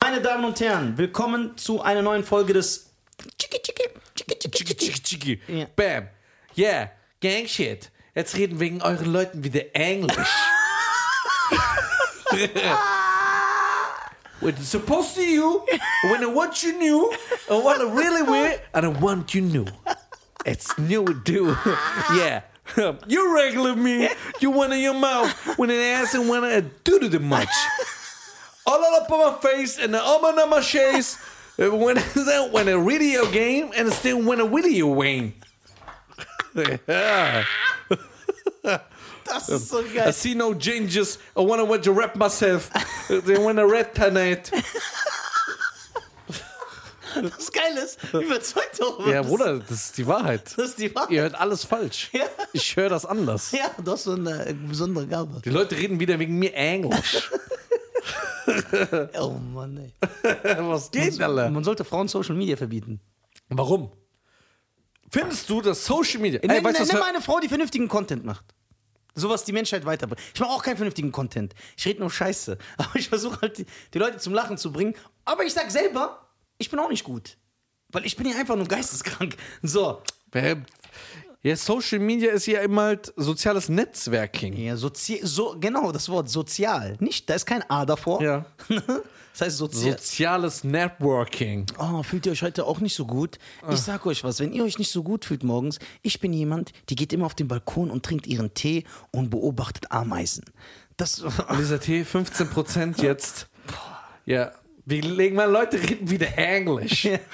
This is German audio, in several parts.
Meine Damen und Herren, willkommen zu einer neuen Folge des. Chiki, chiki, chiki, chiki, chiki, chiki. Bam. Yeah. Gang shit. Jetzt reden wegen euren Leuten wieder Englisch. What is supposed to you, when I want you new, and what I really will, and I want you new. It's new do. Yeah. You regular me. You want in your mouth when an ass and when I do to the much. All up on my face and all on my chase. Uh, When when a video game and still when a video game. Yeah. Das ist so I geil. see no changes. I wanna want to wrap myself. Uh, They wanna red tonight. Das Geile ist, überzeugt doch. Ja, Bruder, das ist die Wahrheit. Das ist die Wahrheit. Ihr hört alles falsch. Ja. Ich höre das anders. Ja, du hast so eine besondere Gabe. Die Leute reden wieder wegen mir Englisch. Oh Mann, ey. Was geht, Alter? Man sollte Frauen Social Media verbieten. Warum? Findest du, dass Social Media... Nimm, Ey, weißt du, nimm, was- nimm eine Frau, die vernünftigen Content macht. Sowas die Menschheit weiterbringt. Ich mache auch keinen vernünftigen Content. Ich rede nur Scheiße. Aber ich versuche halt, die, die Leute zum Lachen zu bringen. Aber ich sag selber, ich bin auch nicht gut. Weil ich bin ja einfach nur geisteskrank. So. Wer- Ja, Social Media ist ja immer halt soziales Netzwerking. Ja, sozi so, genau, das Wort sozial. Nicht, da ist kein A davor. Ja. Das heißt sozial. Soziales Networking. Oh, fühlt ihr euch heute auch nicht so gut? Ah. Ich sag euch was, wenn ihr euch nicht so gut fühlt morgens, ich bin jemand, die geht immer auf den Balkon und trinkt ihren Tee und beobachtet Ameisen. Das. Und dieser Tee, 15% jetzt. Ja, wir legen mal Leute reden wieder Englisch. Ja.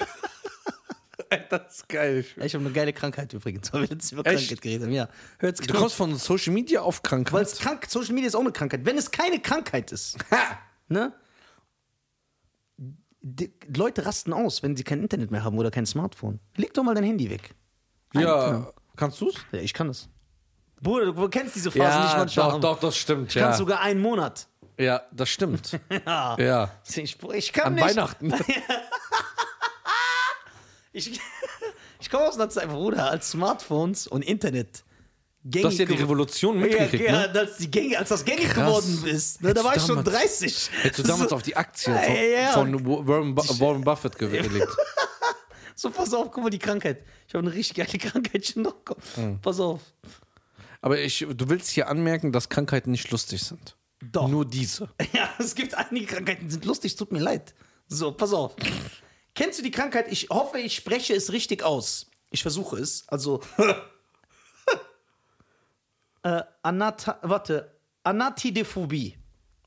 Ey, das ist geil. Ich- Ich habe eine geile Krankheit übrigens, weil wir jetzt über Echt? Krankheit geredet haben. Ja, hört's Du kommst von Social Media auf Weil Krankheit. es krank, Social Media ist auch eine Krankheit. Wenn es keine Krankheit ist, Ha! ne? Die Leute rasten aus, wenn sie kein Internet mehr haben oder kein Smartphone. Leg doch mal dein Handy weg. Ja, kannst du's? Ja, ich kann das. Bruder, du kennst diese Phasen nicht Ja, manchmal. doch, doch, das stimmt. Ich kann Ja. sogar einen Monat. ja, das stimmt. Ja. Ja. Ich, ich kann An nicht. Weihnachten. Ich, ich komme aus einer Zeit, Bruder, als Smartphones und Internet. Gängig Du hast ja die Revolution mitgekriegt, ja, ne? ja, als, die gängig, als das gängig Krass. geworden ist. Ne, da Hättest war du ich schon damals- 30. Hättest du damals auf die Aktie Ja, von, ja, ja. von Warren, Bu Warren Buffett gelegt. So, pass auf, guck mal, die Krankheit. Ich habe eine richtig geile Krankheit schon noch. Komm, Pass auf. Aber ich, du willst hier anmerken, dass Krankheiten nicht lustig sind. Doch. Nur diese. Ja, es gibt einige Krankheiten, die sind lustig, tut mir leid. So, pass auf. Kennst du die Krankheit? Ich hoffe, ich spreche es richtig aus. Ich versuche es. Also. äh, Anata, warte. Anatidephobie.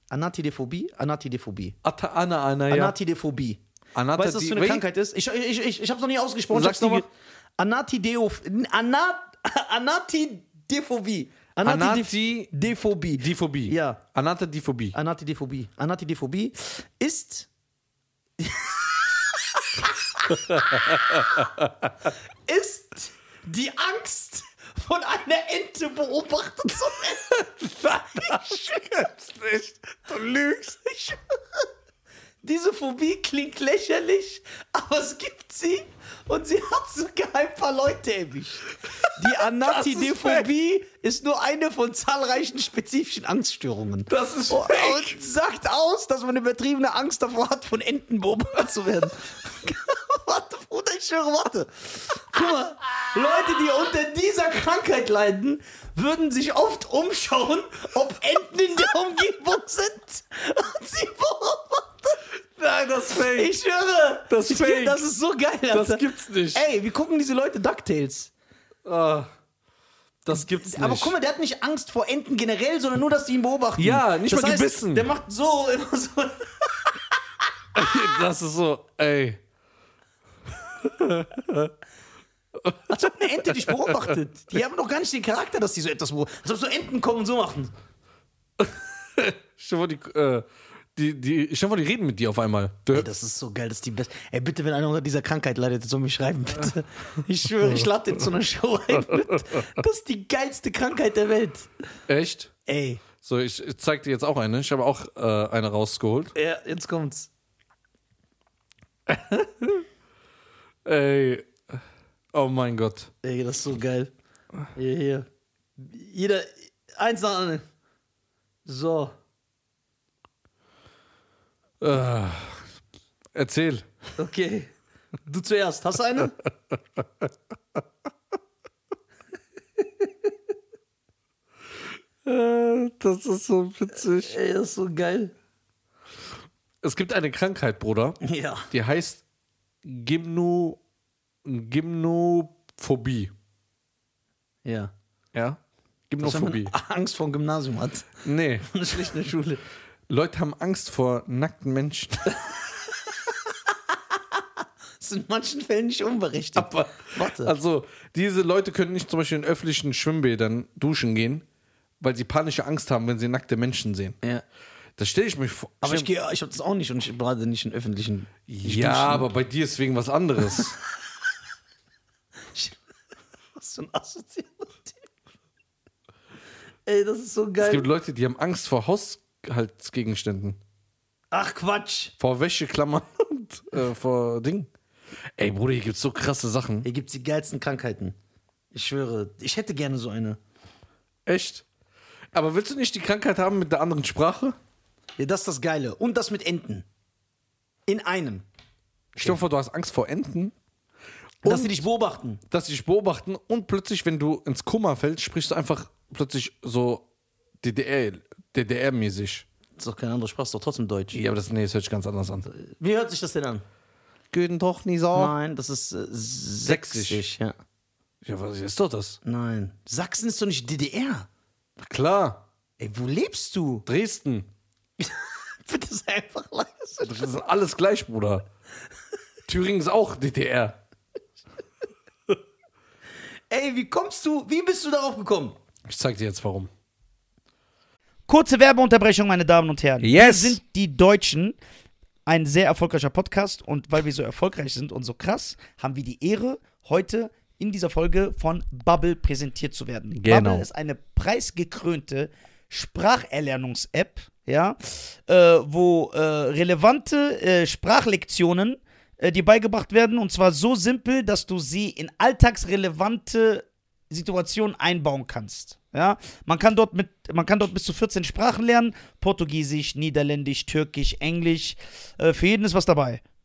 Anatidephobie? Anatidephobie. Atta Anna Anna, ja. Anatidephobie. Anata- weißt du, was für eine Wie? Krankheit ist? Ich, ich, ich, ich habe es noch nicht ausgesprochen. Sag's ich hab's nie noch ge- Anatideo- Anat, Anatidephobie. Anati- Anatidephobie. Die Phobie. Ja. Anata die Phobie. Anatidephobie. Anatidephobie ist. ist die Angst, von einer Ente beobachtet zu werden. Ich schwör's nicht. Du lügst. Ich diese Phobie klingt lächerlich, aber es gibt sie und sie hat sogar ein paar Leute erwischt. Die Anatidephobie ist nur eine von zahlreichen spezifischen Angststörungen. Das ist Und- fake. Und sagt aus, dass man übertriebene Angst davor hat, von Enten beobachtet zu werden. warte, Bruder, ich schwöre, warte. Guck mal, Leute, die unter dieser Krankheit leiden, würden sich oft umschauen, ob Enten in der Umgebung sind. Und sie beobachten. Nein, das ist fake. Ich schwöre. Das ist ich, fake. Das ist so geil, Alter. Das gibt's nicht. Ey, wie gucken diese Leute DuckTales? Ah, das gibt's nicht. Aber guck mal, der hat nicht Angst vor Enten generell, sondern nur, dass die ihn beobachten. Ja, nicht das mal heißt, gebissen. Der macht so, immer so. das ist so, ey. Als ob eine Ente dich beobachtet. Die haben doch gar nicht den Charakter, dass die so etwas beobachten. Als ob so Enten kommen und so machen. Stell mal, die, äh, die, die, stell mal, die reden mit dir auf einmal. Du, Ey, das ist so geil, das ist die beste. Ey, bitte, wenn einer unter dieser Krankheit leidet, soll mich schreiben, bitte. Ich schwöre, ich lade den zu einer Show ein. Mit. Das ist die geilste Krankheit der Welt. echt? Ey, So, ich, ich zeig dir jetzt auch eine. Ich habe auch äh, eine rausgeholt. ja, jetzt kommt's. Ey. Oh mein Gott. Ey, das ist so geil. Hier, hier. Jeder, eins nach anderen. So. Äh, Erzähl. Okay. Du zuerst. Hast du einen? Äh, Das ist so witzig. Ey, das ist so geil. Es gibt eine Krankheit, Bruder, Ja. die heißt Gymno, Gymnophobie. Ja. Ja? Dass man Gymnophobie. Angst vor dem Gymnasium hat. Nee. Und schlicht eine Schule. Leute haben Angst vor nackten Menschen. Das ist in manchen Fällen nicht unberechtigt. Aber- Warte. Also, diese Leute können nicht zum Beispiel in öffentlichen Schwimmbädern duschen gehen, weil sie panische Angst haben, wenn sie nackte Menschen sehen. ja. Das stelle ich mir vor. Aber ich, gehe, ich habe das auch nicht und ich bade nicht in öffentlichen. Ich ja, dusche. aber bei dir ist wegen was anderes. Was für ein assoziierter Typ. Ey, das ist so es geil. gibt Leute, die haben Angst vor Haushaltsgegenständen. Ach Quatsch. Vor Wäscheklammern und äh, vor Dingen. Ey, Bruder, hier gibt's so krasse Sachen. Hier gibt's die geilsten Krankheiten. Ich schwöre, ich hätte gerne so eine. Echt? Aber willst du nicht die Krankheit haben mit der anderen Sprache? Ja, das ist das Geile. Und das mit Enten. In einem. Stell dir vor, du hast Angst vor Enten, dass sie dich beobachten. dass sie dich beobachten und plötzlich, wenn du ins Koma fällst, sprichst du einfach plötzlich so DDR, DDR-mäßig. Das ist doch keine andere Sprache, ist doch trotzdem Deutsch. Ja, aber das, nee, das hört sich ganz anders an. Wie hört sich das denn an? Guten Tag, Nisa. Nein, das ist äh, sächsisch. Ja. Ja, was ist doch das? Nein. Sachsen ist doch nicht DDR. Klar, Ey, wo lebst du? Dresden. Bitte sei einfach leise. Das ist alles gleich, Bruder. Thüringen ist auch DDR. Ey, wie kommst du, wie bist du darauf gekommen? Ich zeig dir jetzt warum. Kurze Werbeunterbrechung, meine Damen und Herren. Yes. Wir sind die Deutschen, ein sehr erfolgreicher Podcast und weil wir so erfolgreich sind und so krass, haben wir die Ehre, heute in dieser Folge von Bubble präsentiert zu werden. Genau. Bubble ist eine preisgekrönte Spracherlernungs-App, ja, äh, wo äh, relevante äh, Sprachlektionen äh, dir beigebracht werden und zwar so simpel, dass du sie in alltagsrelevante Situationen einbauen kannst. Ja, man kann dort mit, man kann dort bis zu 14 Sprachen lernen: Portugiesisch, Niederländisch, Türkisch, Englisch. Äh, für jeden ist was dabei.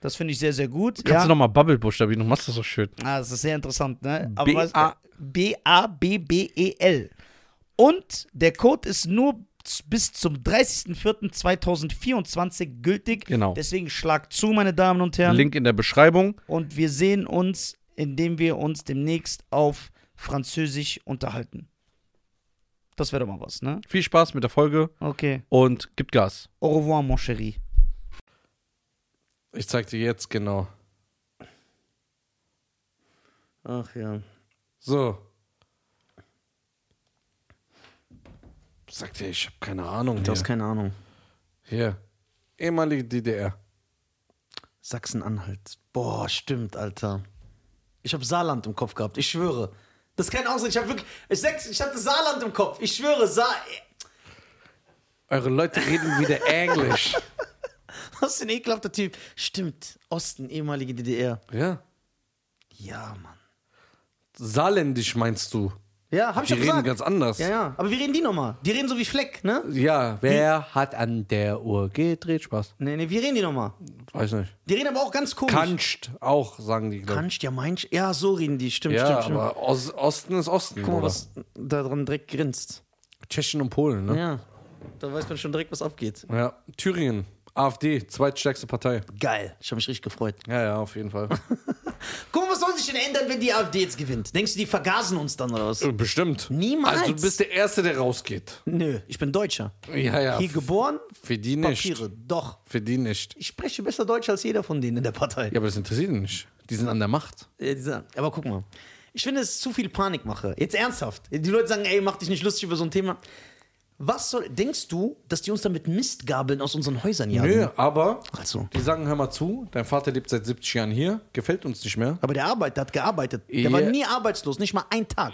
Das finde ich sehr, sehr gut. Kannst ja. du nochmal Bubble buchstabieren, du machst das so schön. Ah, das ist sehr interessant, ne? B- weißt du, A- B-A-B-B-E-L. E Und der Code ist nur z- bis zum 30.04.2024 gültig. Genau. Deswegen schlag zu, meine Damen und Herren. Link in der Beschreibung. Und wir sehen uns, indem wir uns demnächst auf Französisch unterhalten. Das wäre doch mal was, ne? Viel Spaß mit der Folge Okay. und gib Gas. Au revoir, mon chéri. Ich zeig dir jetzt genau. Ach ja. So. Sagt er, ich habe keine Ahnung. Du hast Hier. keine Ahnung. hier. Ehemalige DDR. Sachsen-Anhalt. Boah, stimmt, Alter. Ich habe Saarland im Kopf gehabt, ich schwöre. Das ist kein Ausrede, ich habe wirklich. Ich, sechs, ich hatte Saarland im Kopf, ich schwöre, Saar. Eure Leute reden wieder Englisch. Was für ein ekelhafter Typ. Stimmt, Osten, ehemalige DDR. Ja. Ja, Mann. Saarländisch meinst du? Ja, hab ich Die schon reden gesagt. ganz anders. Ja, ja. Aber wie reden die nochmal? Die reden so wie Fleck, ne? Ja, wer Hm? hat an der Uhr gedreht? Spaß. Nee, nee, wie reden die nochmal? Weiß nicht. Die reden aber auch ganz komisch. Kanscht auch, sagen die, glaube Kannst, ja, meinst. Ja, so reden die, stimmt, ich. Ja, stimmt, stimmt. aber Os- Osten ist Osten. Guck mal, Bruder. was da dran direkt grinst. Tschechien und Polen, ne? Ja. Da weiß man schon direkt, was abgeht. Ja. Thüringen, AfD, zweitstärkste Partei. Geil. Ich habe mich richtig gefreut. Ja, ja, auf jeden Fall. Guck mal, was soll sich denn ändern, wenn die AfD jetzt gewinnt? Denkst du, die vergasen uns dann oder was? Bestimmt. Niemals. Also du bist der Erste, der rausgeht. Nö, ich bin Deutscher. Ja, ja. Hier geboren, Für die nicht. Papiere, doch. Für die nicht. Ich spreche besser Deutsch als jeder von denen in der Partei. Ja, aber das interessiert ihn nicht. Die sind an der Macht. Äh, dieser- Aber guck mal. Ich finde, es ist zu viel Panikmache. Jetzt ernsthaft. Die Leute sagen, ey, mach dich nicht lustig über so ein Thema. Was soll. Denkst du, dass die uns damit Mistgabeln aus unseren Häusern jagen? Also, Nö, aber Ach so. die sagen, hör mal zu, dein Vater lebt seit 70 Jahren hier, gefällt uns nicht mehr. Aber der Arbeiter hat gearbeitet. Der Ja. war nie arbeitslos, nicht mal einen Tag.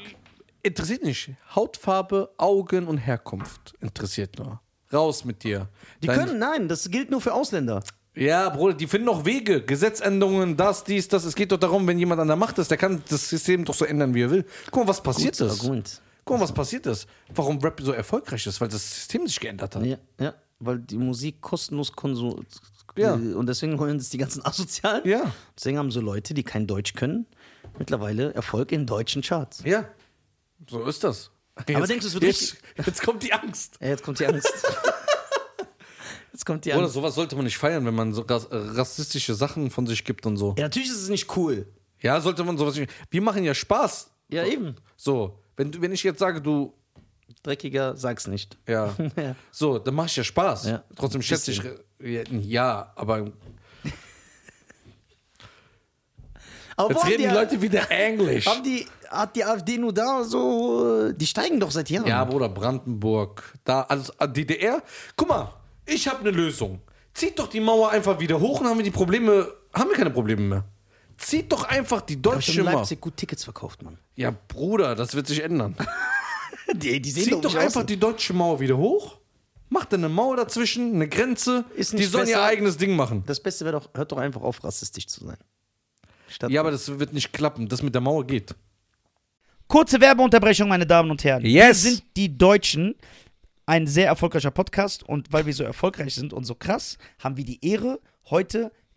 Interessiert nicht. Hautfarbe, Augen und Herkunft interessiert nur. Raus mit dir. Die Dein- können, nein, das gilt nur für Ausländer. Ja, Bruder, die finden doch Wege. Gesetzänderungen, das, dies, das. Es geht doch darum, wenn jemand an der Macht ist, der kann das System doch so ändern, wie er will. Guck mal, was passiert Gut, ist. aber gut. Guck mal, was passiert ist. Warum Rap so erfolgreich ist, weil das System sich geändert hat. Ja, ja, weil die Musik kostenlos konsumiert. Ja. Und deswegen holen es die ganzen Asozialen. Ja. Deswegen haben so Leute, die kein Deutsch können, mittlerweile Erfolg in deutschen Charts. Ja. So ist das. Aber denkst du, es wird jetzt, jetzt kommt die Angst. Ja, jetzt kommt die Angst. jetzt kommt die Oder Angst. sowas sollte man nicht feiern, wenn man so ras äh, rassistische Sachen von sich gibt und so. Ja, natürlich ist es nicht cool. Ja, sollte man sowas nicht. Wir machen ja Spaß. Ja, eben. So, wenn, du, wenn ich jetzt sage, du Dreckiger, sag's nicht. Ja. Ja. So, dann mache ich ja Spaß. Ja. Trotzdem schätze ich. Ja, ja, aber. Aber wo Jetzt haben reden die Leute wieder Englisch. Haben die, hat die AfD nur da so. äh, Die steigen doch seit Jahren. Ja, Bruder, Brandenburg. Da, also DDR. Guck mal, ich habe eine Lösung. Zieht doch die Mauer einfach wieder hoch und haben wir die Probleme. Haben wir keine Probleme mehr. Zieht doch einfach die Aber ich deutsche habe in Mauer. Leipzig gut Tickets verkauft, Mann. Ja, Bruder, das wird sich ändern. Die, die sehen Zieht doch nicht aus einfach so. die deutsche Mauer wieder hoch. Macht dann eine Mauer dazwischen, eine Grenze. Ist die nicht sollen ihr besser. eigenes Ding machen. Das Beste wäre doch, hört doch einfach auf, rassistisch zu sein. Statt Ja, aber das wird nicht klappen. Das mit der Mauer geht. Kurze Werbeunterbrechung, meine Damen und Herren. Yes. Wir sind die Deutschen. Ein sehr erfolgreicher Podcast und weil wir so erfolgreich sind und so krass, haben wir die Ehre, heute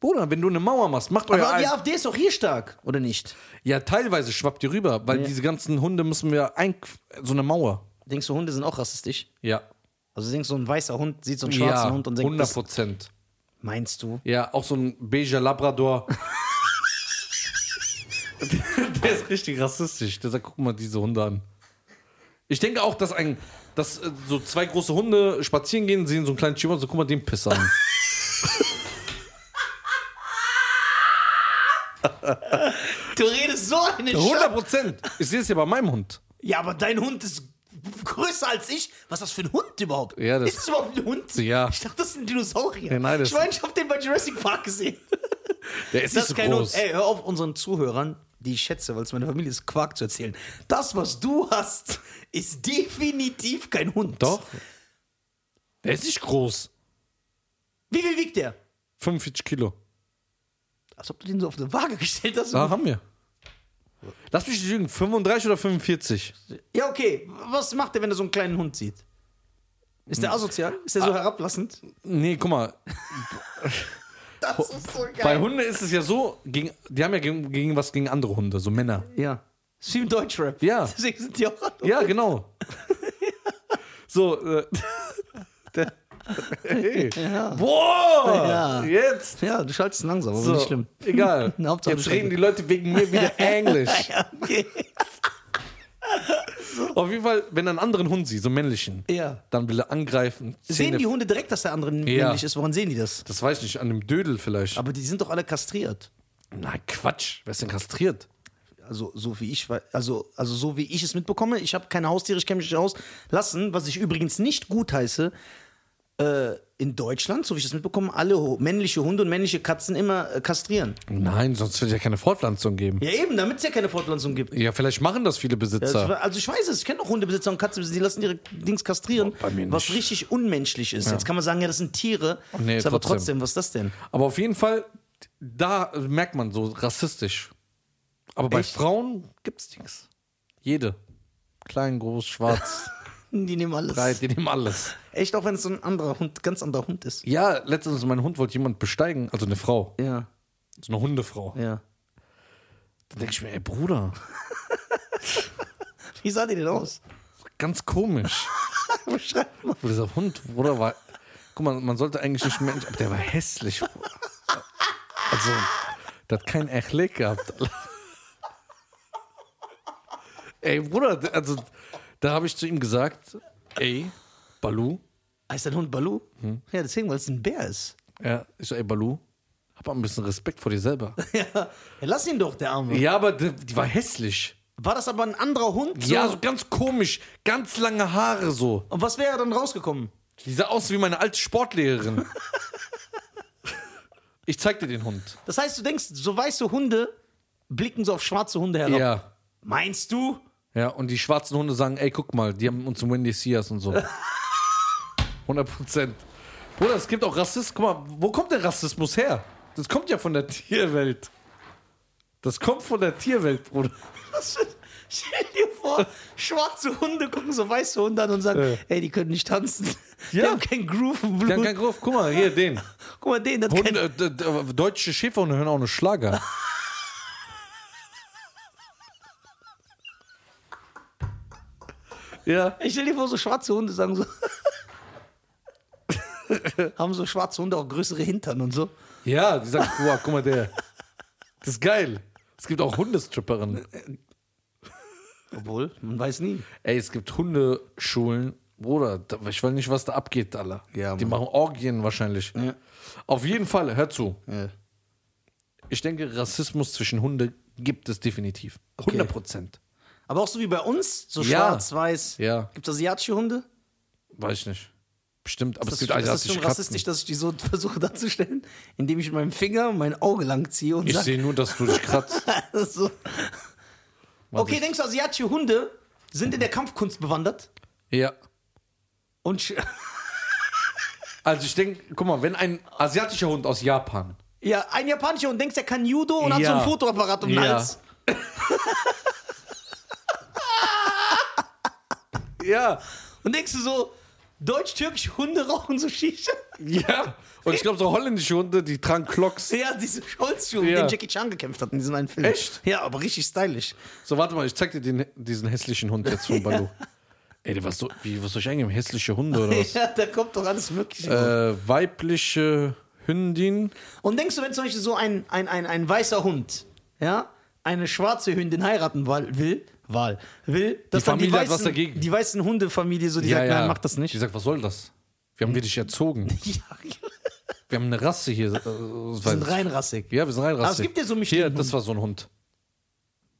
Bruder, wenn du eine Mauer machst, macht euer Aber die Ei- AfD ist auch hier stark, oder nicht? Ja, teilweise schwappt die rüber, weil diese ganzen Hunde müssen wir ein so eine Mauer. Denkst du, Hunde sind auch rassistisch? Ja. Also denkst du, ein weißer Hund sieht so einen schwarzen Hund und denkt, 100 das Prozent. meinst du? Ja, auch so ein beiger Labrador. der ist richtig rassistisch. Der sagt, guck mal diese Hunde an. Ich denke auch, dass ein, dass äh, so zwei große Hunde spazieren gehen, sehen so einen kleinen Chihuahua, so guck mal den Piss an. Du redest so eine 100 Prozent. Ich sehe es ja bei meinem Hund. Ja, aber dein Hund ist größer als ich. Was ist das für ein Hund überhaupt? Ja, das- ist das überhaupt ein Hund? Ja. Ich dachte, das ist ein Dinosaurier. Ja, nein, das- ich meine, ich habe den bei Jurassic Park gesehen. Der ist Das nicht ist so kein groß. Hund. Ey, hör auf unseren Zuhörern, die ich schätze, weil es meine Familie ist, Quark zu erzählen. Das, was du hast, ist definitiv kein Hund. Doch. Der ist nicht groß. Wie viel wiegt der? 45 Kilo. Als ob du den so auf eine Waage gestellt hast. Da haben wir. Lass mich nicht lügen, 35 oder 45? Ja, okay. Was macht der, wenn er so einen kleinen Hund sieht? Ist der asozial? Ist der so herablassend? Nee, guck mal, Das ist so bei Hunden ist es ja so, gegen, die haben ja gegen, gegen was gegen andere Hunde, so Männer. Ja. Das ist wie im Deutschrap. Ja. Deswegen sind die auch alle- Ja, genau. so, äh, der, hey. Boah! Ja. Jetzt! Ja, du schaltest langsam, aber So, nicht schlimm. Egal. Hauptsache, Jetzt du reden schreibst die Leute wegen mir wieder Englisch. Ja, okay. Auf jeden Fall, wenn er einen anderen Hund sieht, so einen männlichen, Ja. dann will er angreifen. Sehen Zähne- die Hunde direkt, dass der andere Ja. männlich ist? Woran sehen die das? Das weiß ich nicht, an dem Dödel vielleicht. Aber die sind doch alle kastriert. Na Quatsch, wer ist denn kastriert? Also so wie ich wei- also also so wie ich es mitbekomme, ich habe keine Haustiere, ich kenne mich nicht aus. Lassen, was ich übrigens nicht gut heiße, äh, in Deutschland, so wie ich das mitbekomme, alle ho- männliche Hunde und männliche Katzen immer äh, kastrieren. Nein, sonst wird es ja keine Fortpflanzung geben. Ja eben, damit es ja keine Fortpflanzung gibt. Ja, vielleicht machen das viele Besitzer. Also ich weiß es, ich kenne auch Hundebesitzer und Katzenbesitzer, die lassen ihre Dings kastrieren, Bei mir nicht. was richtig unmenschlich ist. Jetzt kann man sagen, ja, das sind Tiere, Nee, ist aber trotzdem. trotzdem. was ist das denn? Aber auf jeden Fall, da merkt man so rassistisch. Aber bei Frauen gibt's nichts. Jede. Klein, groß, schwarz, Die nehmen alles. breit, die nehmen alles. Echt, auch wenn es so ein anderer Hund, ganz anderer Hund ist. Ja, letztens, mein Hund wollte jemand besteigen, also eine Frau, Ja, so eine Hundefrau. ja. Dann denke ich mir, ey Bruder, Wie sah die denn aus? ganz komisch. Beschreib mal. Bruder, Dieser Hund, Bruder, war. Guck mal, man sollte eigentlich nicht Mensch, aber der war hässlich. Bruder. Also, der hat keinen Erklick gehabt. Ey, Bruder, der- also, da habe ich zu ihm gesagt, ey, Balu, Heißt dein Ah, Hund Balu? Hm. Ja, deswegen, weil es ein Bär ist. ja, ich so, ey, Balu, hab mal ein bisschen Respekt vor dir selber. ja. ja, lass ihn doch, der Arme. Ja, aber die, die war hässlich. War das aber ein anderer Hund? Ja, so ganz komisch, ganz lange Haare so. Und was wäre dann rausgekommen? Die sah aus wie meine alte Sportlehrerin. Ich zeig dir den Hund. Das heißt, du denkst, so weiße Hunde blicken so auf schwarze Hunde herab. Ja. Meinst du? Ja, und die schwarzen Hunde sagen, ey, guck mal, die haben uns im Wendy Sears und so. 100 Prozent. Bruder, es gibt auch Rassismus. Guck mal, wo kommt der Rassismus her? Das kommt ja von der Tierwelt. Das kommt von der Tierwelt, Bruder. Was für- Stell dir vor, schwarze Hunde gucken so weiße Hunde an und sagen, Ja. ey, die können nicht tanzen. Die Ja. haben keinen Groove im Die haben Blut. keinen Griff. Guck mal, hier, den. Guck mal, den, der hat Hunde, keinen... äh, d- d- deutsche Schäferhunde hören auch einen Schlager. ja. Ich stell dir vor, so schwarze Hunde sagen so... haben so schwarze Hunde auch größere Hintern und so. Ja, die sagen, wow, guck mal, der. Das ist geil. Es gibt auch Hundestripperinnen. Obwohl, man weiß nie. Ey, es gibt Hundeschulen. Bruder, da- ich weiß nicht, was da abgeht, Alter. Ja, die Mann. machen Orgien wahrscheinlich. Auf jeden Fall, hör zu. Ich denke, Rassismus zwischen Hunde gibt es definitiv. 100 Prozent. Aber auch so wie bei uns, so Ja. schwarz-weiß. Ja. Gibt es asiatische Hunde? Weiß ich nicht. Bestimmt, aber Das es gibt ist das schon asiatische Katzen. rassistisch, dass ich die so versuche darzustellen, indem ich mit meinem Finger mein Auge lang ziehe und Ich sage, sehe nur, dass du dich kratzt. so. Okay, denkst du, asiatische Hunde sind in der Kampfkunst bewandert? ja. Und sch- Also ich denke, guck mal, wenn ein asiatischer Hund aus Japan ja, ein japanischer Hund denkst, der kann Judo und hat so Ja. ein Fotoapparat um den Ja. Hals. Ja, Und denkst du so, deutsch-türkische Hunde rauchen so Shisha? ja. Und ich glaube, so holländische Hunde, die tragen Clocks. Ja, diese Scholzschuhe, mit Ja. denen Jackie Chan gekämpft hat in diesem einen Film. Echt? Ja, aber richtig stylisch. So, warte mal, ich zeig dir den, diesen hässlichen Hund jetzt von Balu. Ey, der war so, wie, was soll ich eingeben? Hässliche Hunde oder was? Ja, da kommt doch alles Mögliche. äh, weibliche Hündin. Und denkst du, wenn zum Beispiel so ein, ein, ein, ein weißer Hund, ja, eine schwarze Hündin heiraten wal- will, Wahl, will, dass dann die Familie hat weißen, was dagegen. die weißen Hundefamilie so, die sagt, nein, mach das Die nicht. sagt, was soll das? Wir haben wir dich erzogen. Ja, Wir haben eine Rasse hier. Äh, die sind reinrassig. Ah, Ja, wir sind reinrassig. Aber es gibt ja so mich- Hier, das war so ein Hund.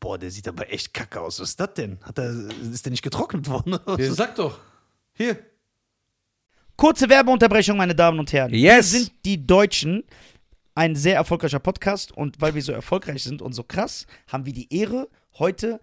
Boah, der sieht aber echt kacke aus. Was ist das denn? Hat er, ist der nicht getrocknet worden? Ja, sag doch. Hier. Kurze Werbeunterbrechung, meine Damen und Herren. Yes. Wir sind die Deutschen. Ein sehr erfolgreicher Podcast und weil wir so erfolgreich sind und so krass, haben wir die Ehre, heute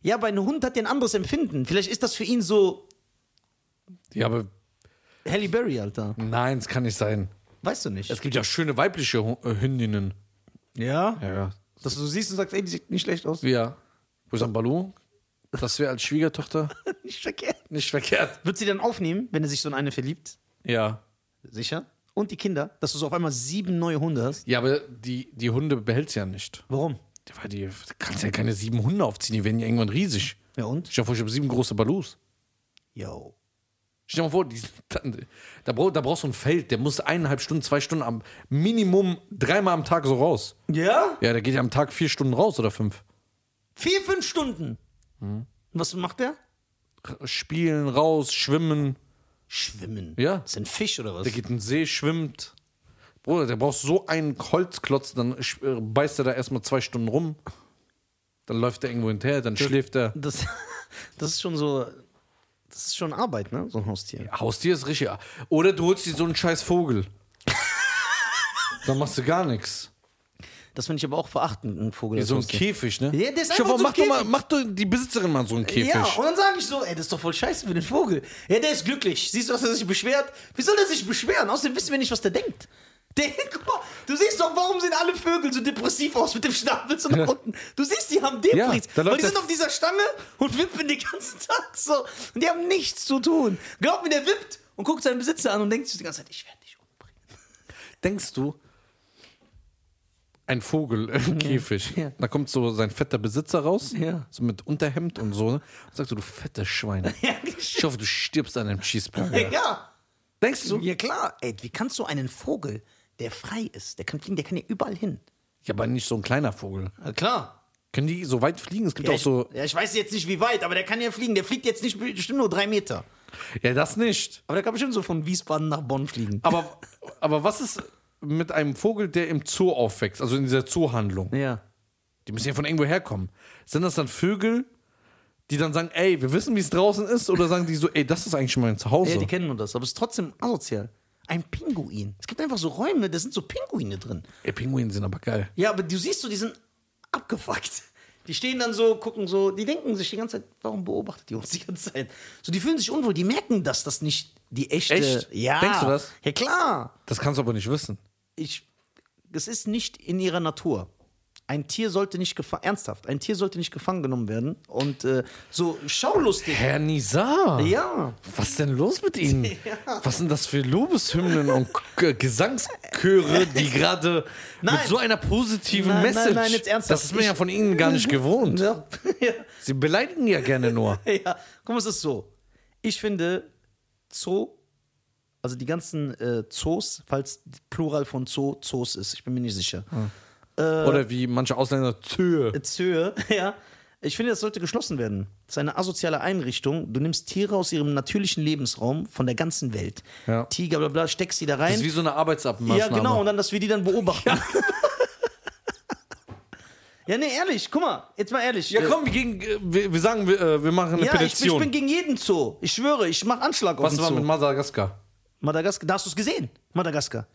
Ja, aber ein Hund hat ja ein anderes Empfinden. Vielleicht ist das für ihn so Ja, aber Halle Berry, Alter. nein, es kann nicht sein. Weißt du nicht. Es gibt ja schöne weibliche Hu- äh, Hündinnen. ja? Ja. Dass du siehst und sagst, ey, die sieht nicht schlecht aus. Ja. Wo ist ein Balou? Das wäre als Schwiegertochter Nicht verkehrt. nicht verkehrt. Wird sie dann aufnehmen, wenn er sich so in eine verliebt? Ja. Sicher. Und die Kinder, dass du so auf einmal sieben neue Hunde hast. Ja, aber die, die Hunde behält sie ja nicht. Warum? Weil die du kannst ja keine sieben Hunde aufziehen, die werden ja irgendwann riesig. Ja und? Stell dir vor, ich habe sieben große Balus. Yo. Stell dir mal vor, die, da, da, brauch, da brauchst du ein Feld, der muss eineinhalb Stunden, zwei Stunden am Minimum dreimal am Tag so raus. Ja? Ja, der geht ja am Tag vier Stunden raus oder fünf. Vier, fünf Stunden. Und was macht der? R- Spielen, raus, schwimmen. Schwimmen. Ja. Ist ein Fisch oder was? Der geht in den See, schwimmt. Bruder, der braucht so einen Holzklotz, dann sch- äh, beißt er da erstmal zwei Stunden rum. Dann läuft er irgendwo hinterher, dann schläft er. Das, das ist schon so. Das ist schon Arbeit, ne? So ein Haustier. Haustier ist richtig. Oder du holst dir so einen scheiß Vogel. dann machst du gar nichts. Das finde ich aber auch verachtend, ein Vogel. als So ein Haustier. Käfig, ne? Ja, der ist Stell dir vor, einfach so mach, doch ein mal, Käfig. mach doch die Besitzerin mal so einen Käfig. Ja, und dann sage ich so, ey, das ist doch voll scheiße für den Vogel. Ja, der ist glücklich. Siehst du, dass er sich beschwert? Wie soll er sich beschweren? Außerdem wissen wir nicht, was der denkt. Der, guck mal, du siehst doch, warum sehen alle Vögel so depressiv aus mit dem Schnabel so nach unten. Du siehst, die haben Ja, Depris. da läuft weil die der- sind auf dieser Stange und wippen den ganzen Tag so. Und die haben nichts zu tun. Glaub mir, der wippt und guckt seinen Besitzer an und denkt sich die ganze Zeit, ich um. werde dich umbringen. Denkst du, ein Vogel im Käfig, Ja. da kommt so sein fetter Besitzer raus, Ja. so mit Unterhemd und so, ne? und sagst du, du fetter Schwein. Ich hoffe, du stirbst an einem Cheeseburger. genau. Ja. Denkst du? ja, klar. Ey, wie kannst du einen Vogel, der frei ist, der kann fliegen, der kann ja überall hin. Ja, aber nicht so ein kleiner Vogel. Ja, klar. Können die so weit fliegen? Es gibt Ja, auch so. ich, ja, ich weiß jetzt nicht, wie weit, aber der kann ja fliegen. Der fliegt jetzt nicht bestimmt nur drei Meter. Ja, das nicht. Aber der kann bestimmt so von Wiesbaden nach Bonn fliegen. Aber, aber was ist mit einem Vogel, der im Zoo aufwächst, also in dieser Zoohandlung? Ja. Die müssen ja von irgendwo herkommen. Sind das dann Vögel, die dann sagen, ey, wir wissen, wie es draußen ist? Oder sagen die so, ey, das ist eigentlich schon mein Zuhause? Ja, die kennen nur das, aber es ist trotzdem asozial. Ein Pinguin. Es gibt einfach so Räume, da sind so Pinguine drin. ey, Pinguine sind aber geil. Ja, aber du siehst so, die sind abgefuckt. Die stehen dann so, gucken so, die denken sich die ganze Zeit, warum beobachtet die uns die ganze Zeit? So, die fühlen sich unwohl, die merken das, dass nicht die echte. Echt? Ja. Denkst du das? Ja, klar. Das kannst du aber nicht wissen. ich, es ist nicht in ihrer Natur. Ein Tier sollte nicht gefangen, ernsthaft, ein Tier sollte nicht gefangen genommen werden und äh, so schaulustig. Herr Nizar, Ja, was ist denn los mit Ihnen? Was sind das für Lobeshymnen und K- Gesangschöre, die gerade mit Nein. so einer positiven Nein, nein, Message... nein, jetzt ernsthaft. Das ist mir Ich- ja von Ihnen gar nicht gewohnt. ja, ja, Sie beleidigen ja gerne nur. ja. Guck mal, es ist so. Ich finde Zoo, also die ganzen äh, Zoos, falls Plural von Zoo Zoos ist, ich bin mir nicht sicher. Oder wie manche Ausländer, Tür. Zöhe, ja. Ich finde, das sollte geschlossen werden. Das ist eine asoziale Einrichtung. Du nimmst Tiere aus ihrem natürlichen Lebensraum von der ganzen Welt. Ja. Tiger, bla bla, steckst sie da Das ist wie rein. so eine Arbeitsabmaßnahme. Ja, genau, und dann, dass wir die dann beobachten. Ja, nee, ehrlich, guck mal, jetzt mal ehrlich. Ja, komm, wir, gegen, äh, wir, wir sagen, wir, äh, wir machen eine Ja, ich, bin- ich Petition. bin gegen jeden Zoo. Ich schwöre, ich mache Anschlag auf Was den war Zoo. mit Madagaskar? Madagaskar, da hast du es gesehen, Madagaskar.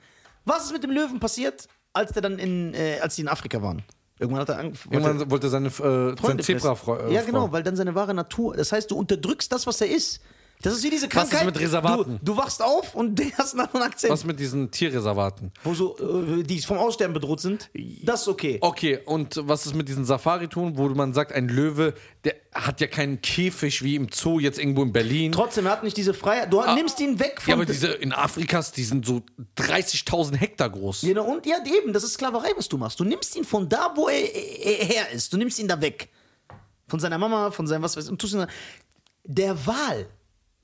Was ist mit dem Löwen passiert, als der dann in, äh, als die in Afrika waren? Irgendwann hat er angefangen. Irgendwann wollte seine, äh, sein Zebra Ja, genau, weil dann seine wahre Natur. Das heißt, du unterdrückst das, was er ist. Das ist wie diese Was ist Krankheit. mit Reservaten? Du, du wachst auf und du hast einen anderen Akzent, Was mit diesen Tierreservaten? wo so, äh, die vom Aussterben bedroht sind. Das ist okay. Okay, und was ist mit diesen Safari-Touren, wo man sagt, ein Löwe, der hat ja keinen Käfig wie im Zoo jetzt irgendwo in Berlin. Trotzdem, er hat nicht diese Freiheit. Du nimmst ihn weg von. Ah. Ja, aber diese in Afrikas, die sind so 30.000 Hektar groß. Genau, und ja, eben, das ist Sklaverei, was du machst. Du nimmst ihn von da, wo er, er her ist. Du nimmst ihn da weg. Von seiner Mama, von seinem was weiß ich. Und tust ihn da- der Wal,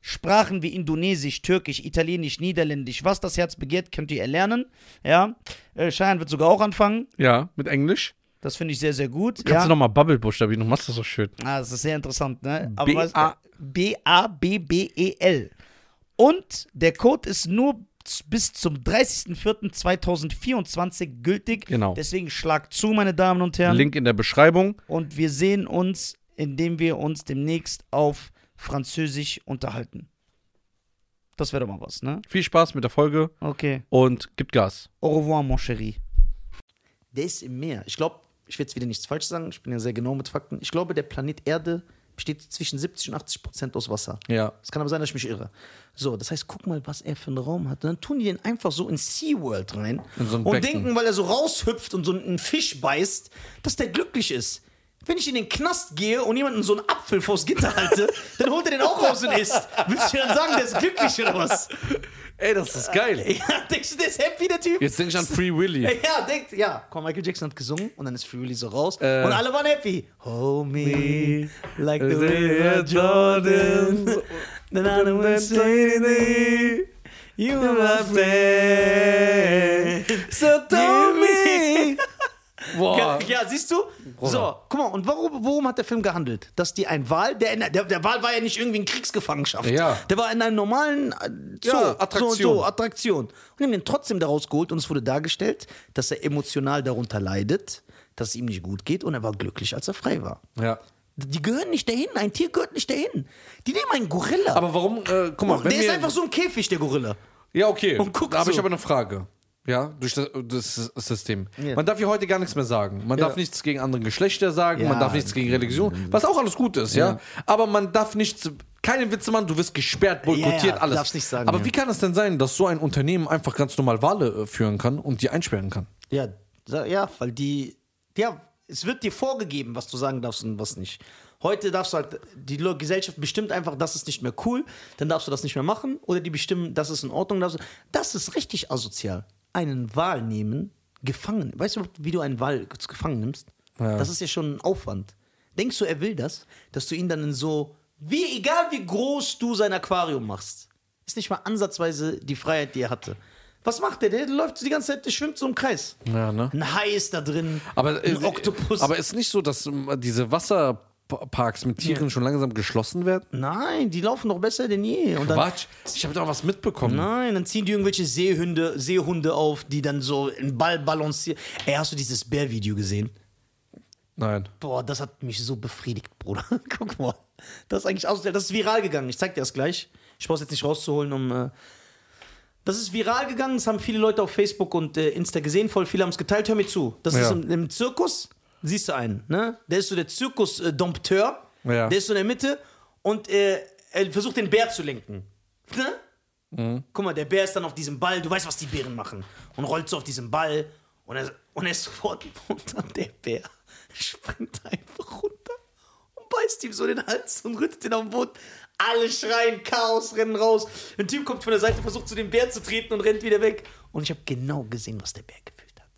Sprachen wie Indonesisch, Türkisch, Italienisch, Niederländisch, was das Herz begehrt, könnt ihr erlernen. Ja, äh, Cheyenne wird sogar auch anfangen. Ja, mit Englisch. Das finde ich sehr, sehr gut. Kannst ja. du nochmal Bubble buchstabieren? Du machst das so schön. Ah, das ist sehr interessant, ne? Aber B- was- A- B-A-B-B-E-L. E Und der Code ist nur z- bis zum 30.04.2024 gültig. Genau. Deswegen schlag zu, meine Damen und Herren. Link in der Beschreibung. Und wir sehen uns, indem wir uns demnächst auf Französisch unterhalten. Das wäre doch mal was, ne? Viel Spaß mit der Folge Okay. und gib Gas. Au revoir, mon chéri. Der ist im Meer. Ich glaube, ich will jetzt wieder nichts falsch sagen. Ich bin ja sehr genau mit Fakten. Ich glaube, der Planet Erde besteht zwischen 70 und 80 Prozent aus Wasser. Ja. Es kann aber sein, dass ich mich irre. So, das heißt, guck mal, was er für einen Raum hat. Und dann tun die den einfach so in SeaWorld rein In so ein und Becken. denken, weil er so raushüpft und so einen Fisch beißt, dass der glücklich ist. Wenn ich in den Knast gehe und jemanden so einen Apfel vors Gitter halte, dann holt er den auch raus und isst. Willst du dann sagen, der ist glücklich oder was? Ey, das ist geil. Ja, denkst du, der ist happy, der Typ? Jetzt denk ich an Free Willy. Ja, denkt, ja. Komm, Michael Jackson hat gesungen und dann ist Free Willy so raus und alle waren happy. Homie, Äh. like the river Jordan. Then I know it's lady, you are my friend. So don't me. Boah. Ja, siehst du? So, guck mal, und warum, worum hat der Film gehandelt? Dass die ein Wal, der, in, der, der Wal war ja nicht irgendwie in Kriegsgefangenschaft. Ja. Der war in einem normalen äh, Zoo. Ja, So, Attraktion. und so, Attraktion. Und haben ihn trotzdem daraus geholt und es wurde dargestellt, dass er emotional darunter leidet, dass es ihm nicht gut geht und er war glücklich, als er frei war. Ja. Die gehören nicht dahin, ein Tier gehört nicht dahin. Die nehmen einen Gorilla. Aber warum, äh, guck mal, wenn Oh, der wir, ist einfach so ein Käfig, der Gorilla. Ja, okay. Und guckt da habe ich so. aber eine Frage. Ja, durch das, das System. Ja. Man darf ja heute gar nichts mehr sagen. Man darf nichts gegen andere Geschlechter sagen, Ja. man darf nichts gegen Religion, was auch alles gut ist, ja. Aber man darf nichts, keine Witze machen, du wirst gesperrt, boykottiert, Ja, ja, alles. darfst nicht sagen, aber ja. wie kann es denn sein, dass so ein Unternehmen einfach ganz normal Wale äh, führen kann und die einsperren kann? Ja, sa- ja, weil die. Ja, es wird dir vorgegeben, was du sagen darfst und was nicht. Heute darfst du halt, die Lo- Gesellschaft bestimmt einfach, das ist nicht mehr cool, dann darfst du das nicht mehr machen. Oder die bestimmen, das ist in Ordnung. Darfst du, das ist richtig asozial. Einen Wal nehmen, gefangen. Weißt du, überhaupt, wie du einen Wal gefangen nimmst? Das ist ja schon ein Aufwand. Denkst du, er will das, dass du ihn dann in so, wie, egal wie groß du sein Aquarium machst, Ist nicht mal ansatzweise die Freiheit, die er hatte. Was macht der? Der läuft die ganze Zeit, der schwimmt so im Kreis. Ja, ne? Ein Hai ist da drin. Aber, äh, ein Oktopus. aber ist nicht so, dass ähm, diese Wasserparks mit Tieren schon langsam geschlossen werden? Nein, die laufen doch besser denn je. Und dann, Quatsch, ich habe da auch was mitbekommen. Nein, dann ziehen die irgendwelche Seehunde, Seehunde auf, die dann so einen Ball balancieren. Ey, hast du dieses Bär-Video gesehen? Nein. Boah, das hat mich so befriedigt, Bruder. Guck mal. Das ist eigentlich aus, das ist viral gegangen. Ich zeig dir das gleich. Ich brauch's jetzt nicht rauszuholen, um. Äh das ist viral gegangen. Das haben viele Leute auf Facebook und äh, Insta gesehen. Voll viele haben es geteilt. Hör mir zu. Das Ja. ist im, im Zirkus. Siehst du einen, ne? Der ist so der Zirkus-Dompteur. Ja. Der ist so in der Mitte und äh, er versucht den Bär zu lenken. Ne? Guck mal, der Bär ist dann auf diesem Ball, du weißt, was die Bären machen. Und rollt so auf diesem Ball und er, und er ist sofort runter. Der Bär springt einfach runter und beißt ihm so den Hals und rüttelt ihn auf den Boden. Alle schreien, Chaos, rennen raus. Ein Typ kommt von der Seite, versucht zu dem Bär zu treten und rennt wieder weg. Und ich habe genau gesehen, was der Bär gefühlt hat.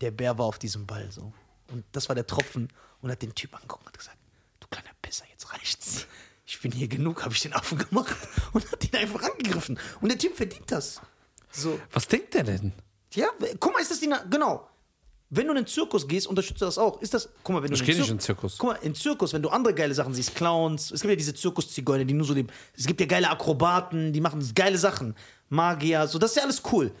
Der Bär war auf diesem Ball so. Und das war der Tropfen und hat den Typ angeguckt und hat gesagt, du kleiner Pisser, jetzt reicht's. Ich bin hier genug, habe ich den Affen gemacht und hat ihn einfach angegriffen. Und der Typ verdient das. So. Was denkt der denn? Ja, w- guck mal, ist das die. Na genau. Wenn du in den Zirkus gehst, unterstützt du das auch. Ist das. Guck mal, wenn du. geh nicht Zir- in den Zirkus. Guck mal, in Zirkus, wenn du andere geile Sachen siehst, Clowns, es gibt ja diese Zirkuszigeuner, die nur so leben. Es gibt ja geile Akrobaten, die machen geile Sachen. Magier, so, das ist ja alles cool.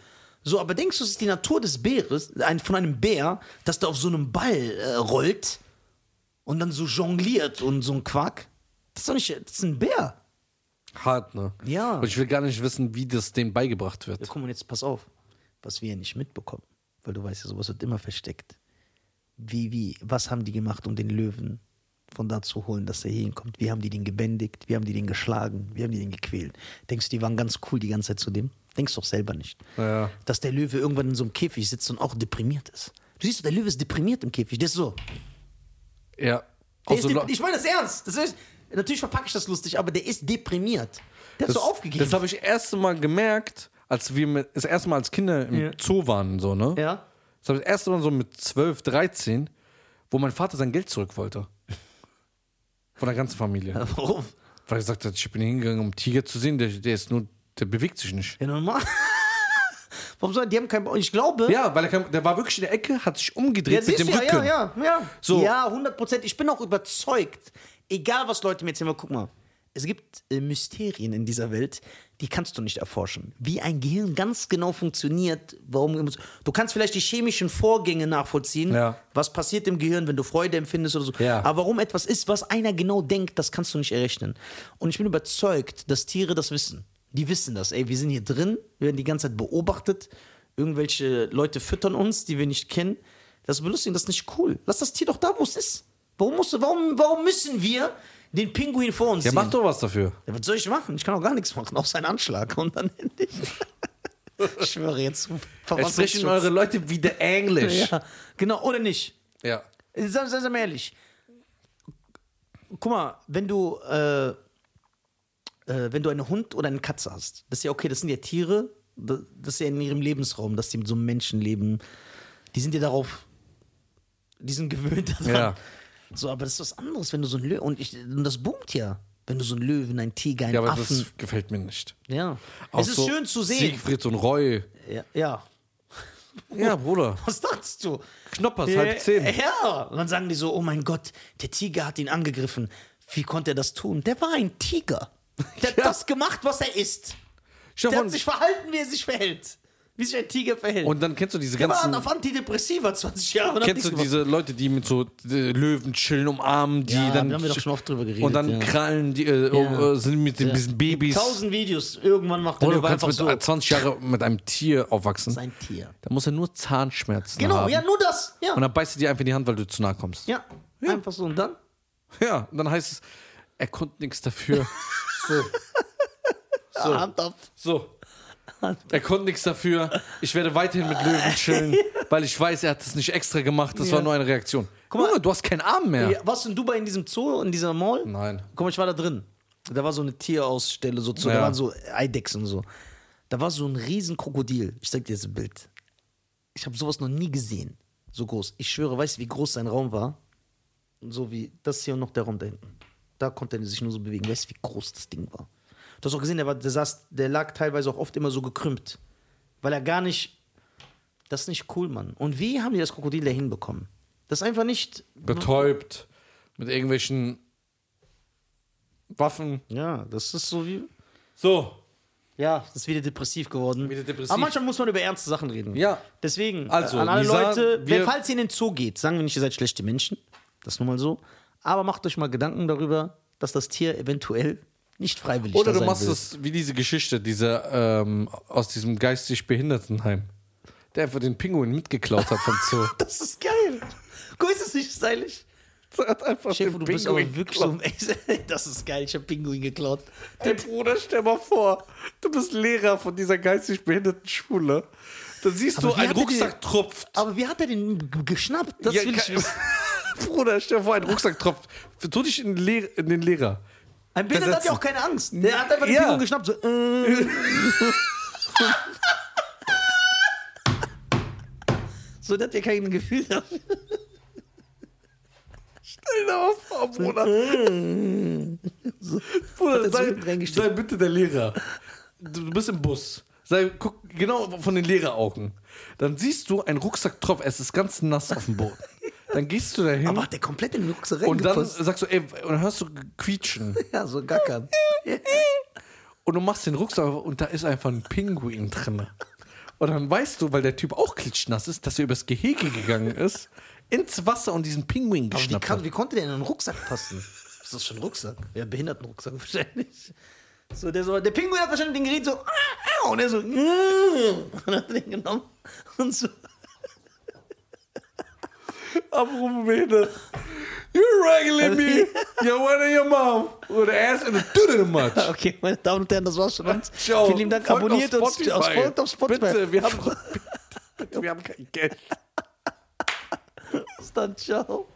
So, aber denkst du, es ist die Natur des Bäres, ein, von einem Bär, dass der auf so einem Ball äh, rollt und dann so jongliert und so ein Quack? Das ist doch nicht. Das ist ein Bär. Hart, ne? Ja. Und ich will gar nicht wissen, wie das denen beigebracht wird. Ja, guck mal, jetzt pass auf, was wir nicht mitbekommen, weil du weißt ja, sowas wird immer versteckt. Wie, wie, was haben die gemacht, um den Löwen von da zu holen, dass er hier hinkommt? Wie haben die den gebändigt? Wie haben die den geschlagen? Wie haben die den gequält? Denkst du, die waren ganz cool die ganze Zeit zu dem? Denkst doch selber nicht. Ja. Dass der Löwe irgendwann in so einem Käfig sitzt und auch deprimiert ist. Du siehst, doch, der Löwe ist deprimiert im Käfig. Der ist so. Ja. Der Auch so ist Lo- dep- ich meine das ernst. Das ist, natürlich verpacke ich das lustig, aber der ist deprimiert. Der hat so aufgegeben. Das habe ich erste Mal gemerkt, als wir mit, das erste Mal als Kinder im Ja. Zoo waren, so, ne? ja. Das habe ich das erste Mal so mit 12, 13, wo mein Vater sein Geld zurück wollte. Von der ganzen Familie. Warum? Weil er gesagt hat, ich bin hingegangen, um Tiger zu sehen, der, der ist nur, der bewegt sich nicht. Ja, normal. Warum sollen die haben keinen Bock? Ich glaube. Ja, weil er kam, der war wirklich in der Ecke, hat sich umgedreht Ja, mit siehst dem du, ja, Rücken. ja, ja, ja. So. Ja, 100 Prozent. Ich bin auch überzeugt, egal was Leute mir erzählen, aber guck mal, es gibt äh, Mysterien in dieser Welt, die kannst du nicht erforschen. Wie ein Gehirn ganz genau funktioniert, warum. Du kannst vielleicht die chemischen Vorgänge nachvollziehen, Ja. was passiert im Gehirn, wenn du Freude empfindest oder so. Ja. Aber warum etwas ist, was einer genau denkt, das kannst du nicht errechnen. Und ich bin überzeugt, dass Tiere das wissen. Die wissen das. Ey, wir sind hier drin, wir werden die ganze Zeit beobachtet. Irgendwelche Leute füttern uns, die wir nicht kennen. Das ist belustigend, das ist nicht cool. Lass das Tier doch da, wo es ist. Warum, musst du, warum, warum müssen wir den Pinguin vor uns Der sehen? macht doch was dafür. Ja, was soll ich machen? Ich kann auch gar nichts machen, auch seinen Anschlag und dann endlich. ich schwöre jetzt. Jetzt sprechen Verfassungsschutz. eure Leute wieder Englisch. Ja, genau, oder nicht? ja. Sei, sei, sei mal ehrlich. Guck mal, wenn du, äh, äh, wenn du einen Hund oder eine Katze hast, das ist ja okay, das sind ja Tiere, da- das ist ja in ihrem Lebensraum, dass die mit so einem Menschen leben. Die sind ja darauf, die sind gewöhnt daran. Ja. So, aber das ist was anderes, wenn du so ein Löwen, und, ich- und das boomt ja, wenn du so einen Löwen, einen Tiger, einen Ja, aber Affen. das gefällt mir nicht. ja. Auch es ist so schön zu sehen. Siegfried und Roy. Ja, ja. Ja, Bruder. Was dachtest du? Knoppers, Äh, halb zehn. Ja, und dann sagen die so, oh mein Gott, der Tiger hat ihn angegriffen. Wie konnte er das tun? Der war ein Tiger. Der hat Ja. das gemacht, was er ist. Stell dir Der vor, hat sich verhalten, wie er sich verhält. Wie sich ein Tiger verhält. und dann kennst du diese der war ganzen. auf Antidepressiva 20 Jahre. und hat Kennst du nichts gemacht. diese Leute, die mit so äh, Löwen chillen, umarmen, die Ja, dann. da haben wir doch schon oft drüber geredet, Und dann ja. krallen die, äh, Ja. äh, sind mit den diesen Babys. Tausend Videos. Irgendwann macht der Oder du Löwe kannst einfach mit so. äh, 20 Jahre mit einem Tier aufwachsen. Sein Tier. Da muss er nur Zahnschmerzen Genau, haben. ja, nur das. Ja. Und dann beißt er dir einfach in die Hand, weil du zu nah kommst. ja. Einfach so. Und dann? Ja, und dann heißt es, er konnte nichts dafür. so. So. Hand ab. So. Er konnte nichts dafür. Ich werde weiterhin mit Löwen chillen, weil ich weiß, er hat es nicht extra gemacht. Das war nur eine Reaktion. Guck mal, Junge, du hast keinen Arm mehr. Ja, warst du in Dubai in diesem Zoo, in dieser Mall? Nein. Guck mal, ich war da drin. Da war so eine Tierausstelle, so zu, Ja. da waren so Eidechsen und so. Da war so ein riesen Krokodil. Ich zeig dir jetzt ein Bild. Ich habe sowas noch nie gesehen. So groß. Ich schwöre, weißt du, wie groß sein Raum war? So wie das hier und noch der Raum da hinten. Da konnte er sich nur so bewegen. Weißt du, wie groß das Ding war? Du hast auch gesehen, der, war, der, saß, der lag teilweise auch oft immer so gekrümmt. Weil er gar nicht. Das ist nicht cool, Mann. Und wie haben die das Krokodil da hinbekommen? Das ist einfach nicht. Betäubt mit irgendwelchen Waffen. Ja, das ist so wie. So, Ja, das ist wieder depressiv geworden. Wieder depressiv. Aber manchmal muss man über ernste Sachen reden. Ja. Deswegen, Also, also, an alle Lisa, Leute, wir- wenn, falls ihr in den Zoo geht, sagen wir nicht, ihr seid schlechte Menschen. Das ist nun mal so. Aber macht euch mal Gedanken darüber, dass das Tier eventuell nicht freiwillig Oder da du sein machst will. es wie diese Geschichte, dieser ähm, aus diesem geistig Behindertenheim, der einfach den Pinguin mitgeklaut hat vom Zoo. Das ist geil. Guck, ist das nicht stylisch? Der hat einfach Chef, du bist aber wirklich so geklaut. ein Das ist geil, ich hab Pinguin geklaut. Hey Bruder, stell mal vor, du bist Lehrer von dieser geistig behinderten Schule. Dann siehst Aber du, wie ein hat der die- Rucksack tropft. Aber wie hat er den g- geschnappt? Das Ja, will ich ke- wissen. Bruder, stell dir vor, ein Rucksack tropft. Tu dich in, den Lehr- in den Lehrer. Ein Behindert hat ja Versetzen. auch keine Angst. Der hat einfach den Ja. Pinguin geschnappt. So, äh. so, der hat ja kein Gefühl dafür. Stell dir mal vor, Bruder. Bruder, Hat er so hinten sei, reingestellt. sei bitte der Lehrer. Du du bist im Bus. Sei, guck genau von den Lehreraugen. Dann siehst du einen Rucksack tropf, es ist ganz nass auf dem Boden. Dann gehst du dahin Aber hat der komplett in den Rucksack und dann reingepasst? sagst du, ey, und dann hörst du quietschen. Ja, so gackern. Und du machst den Rucksack auf und da ist einfach ein Pinguin drin. Und dann weißt du, weil der Typ auch klitschnass ist, dass er übers Gehege gegangen ist, ins Wasser und diesen Pinguin Aber wie, geschnappt kann, hat. wie konnte der in einen Rucksack passen? Was ist das für ein Rucksack? Ja, Behindertenrucksack wahrscheinlich. So, der, so, der Pinguin hat wahrscheinlich den Gerät so. ah, ah, Und er so. ah, Und hat den genommen. Und so. am Rummähne. You're regular me. You went in your mouth. With the ass and a dude in the much. Okay, meine Damen und Herren, das war's schon. Ciao. Vielen lieben Dank, Folgt abonniert auf uns, Spotify. aus- folgt auf Spotify. Bitte, wir haben, bitte, wir haben kein Geld. Bis dann, ciao.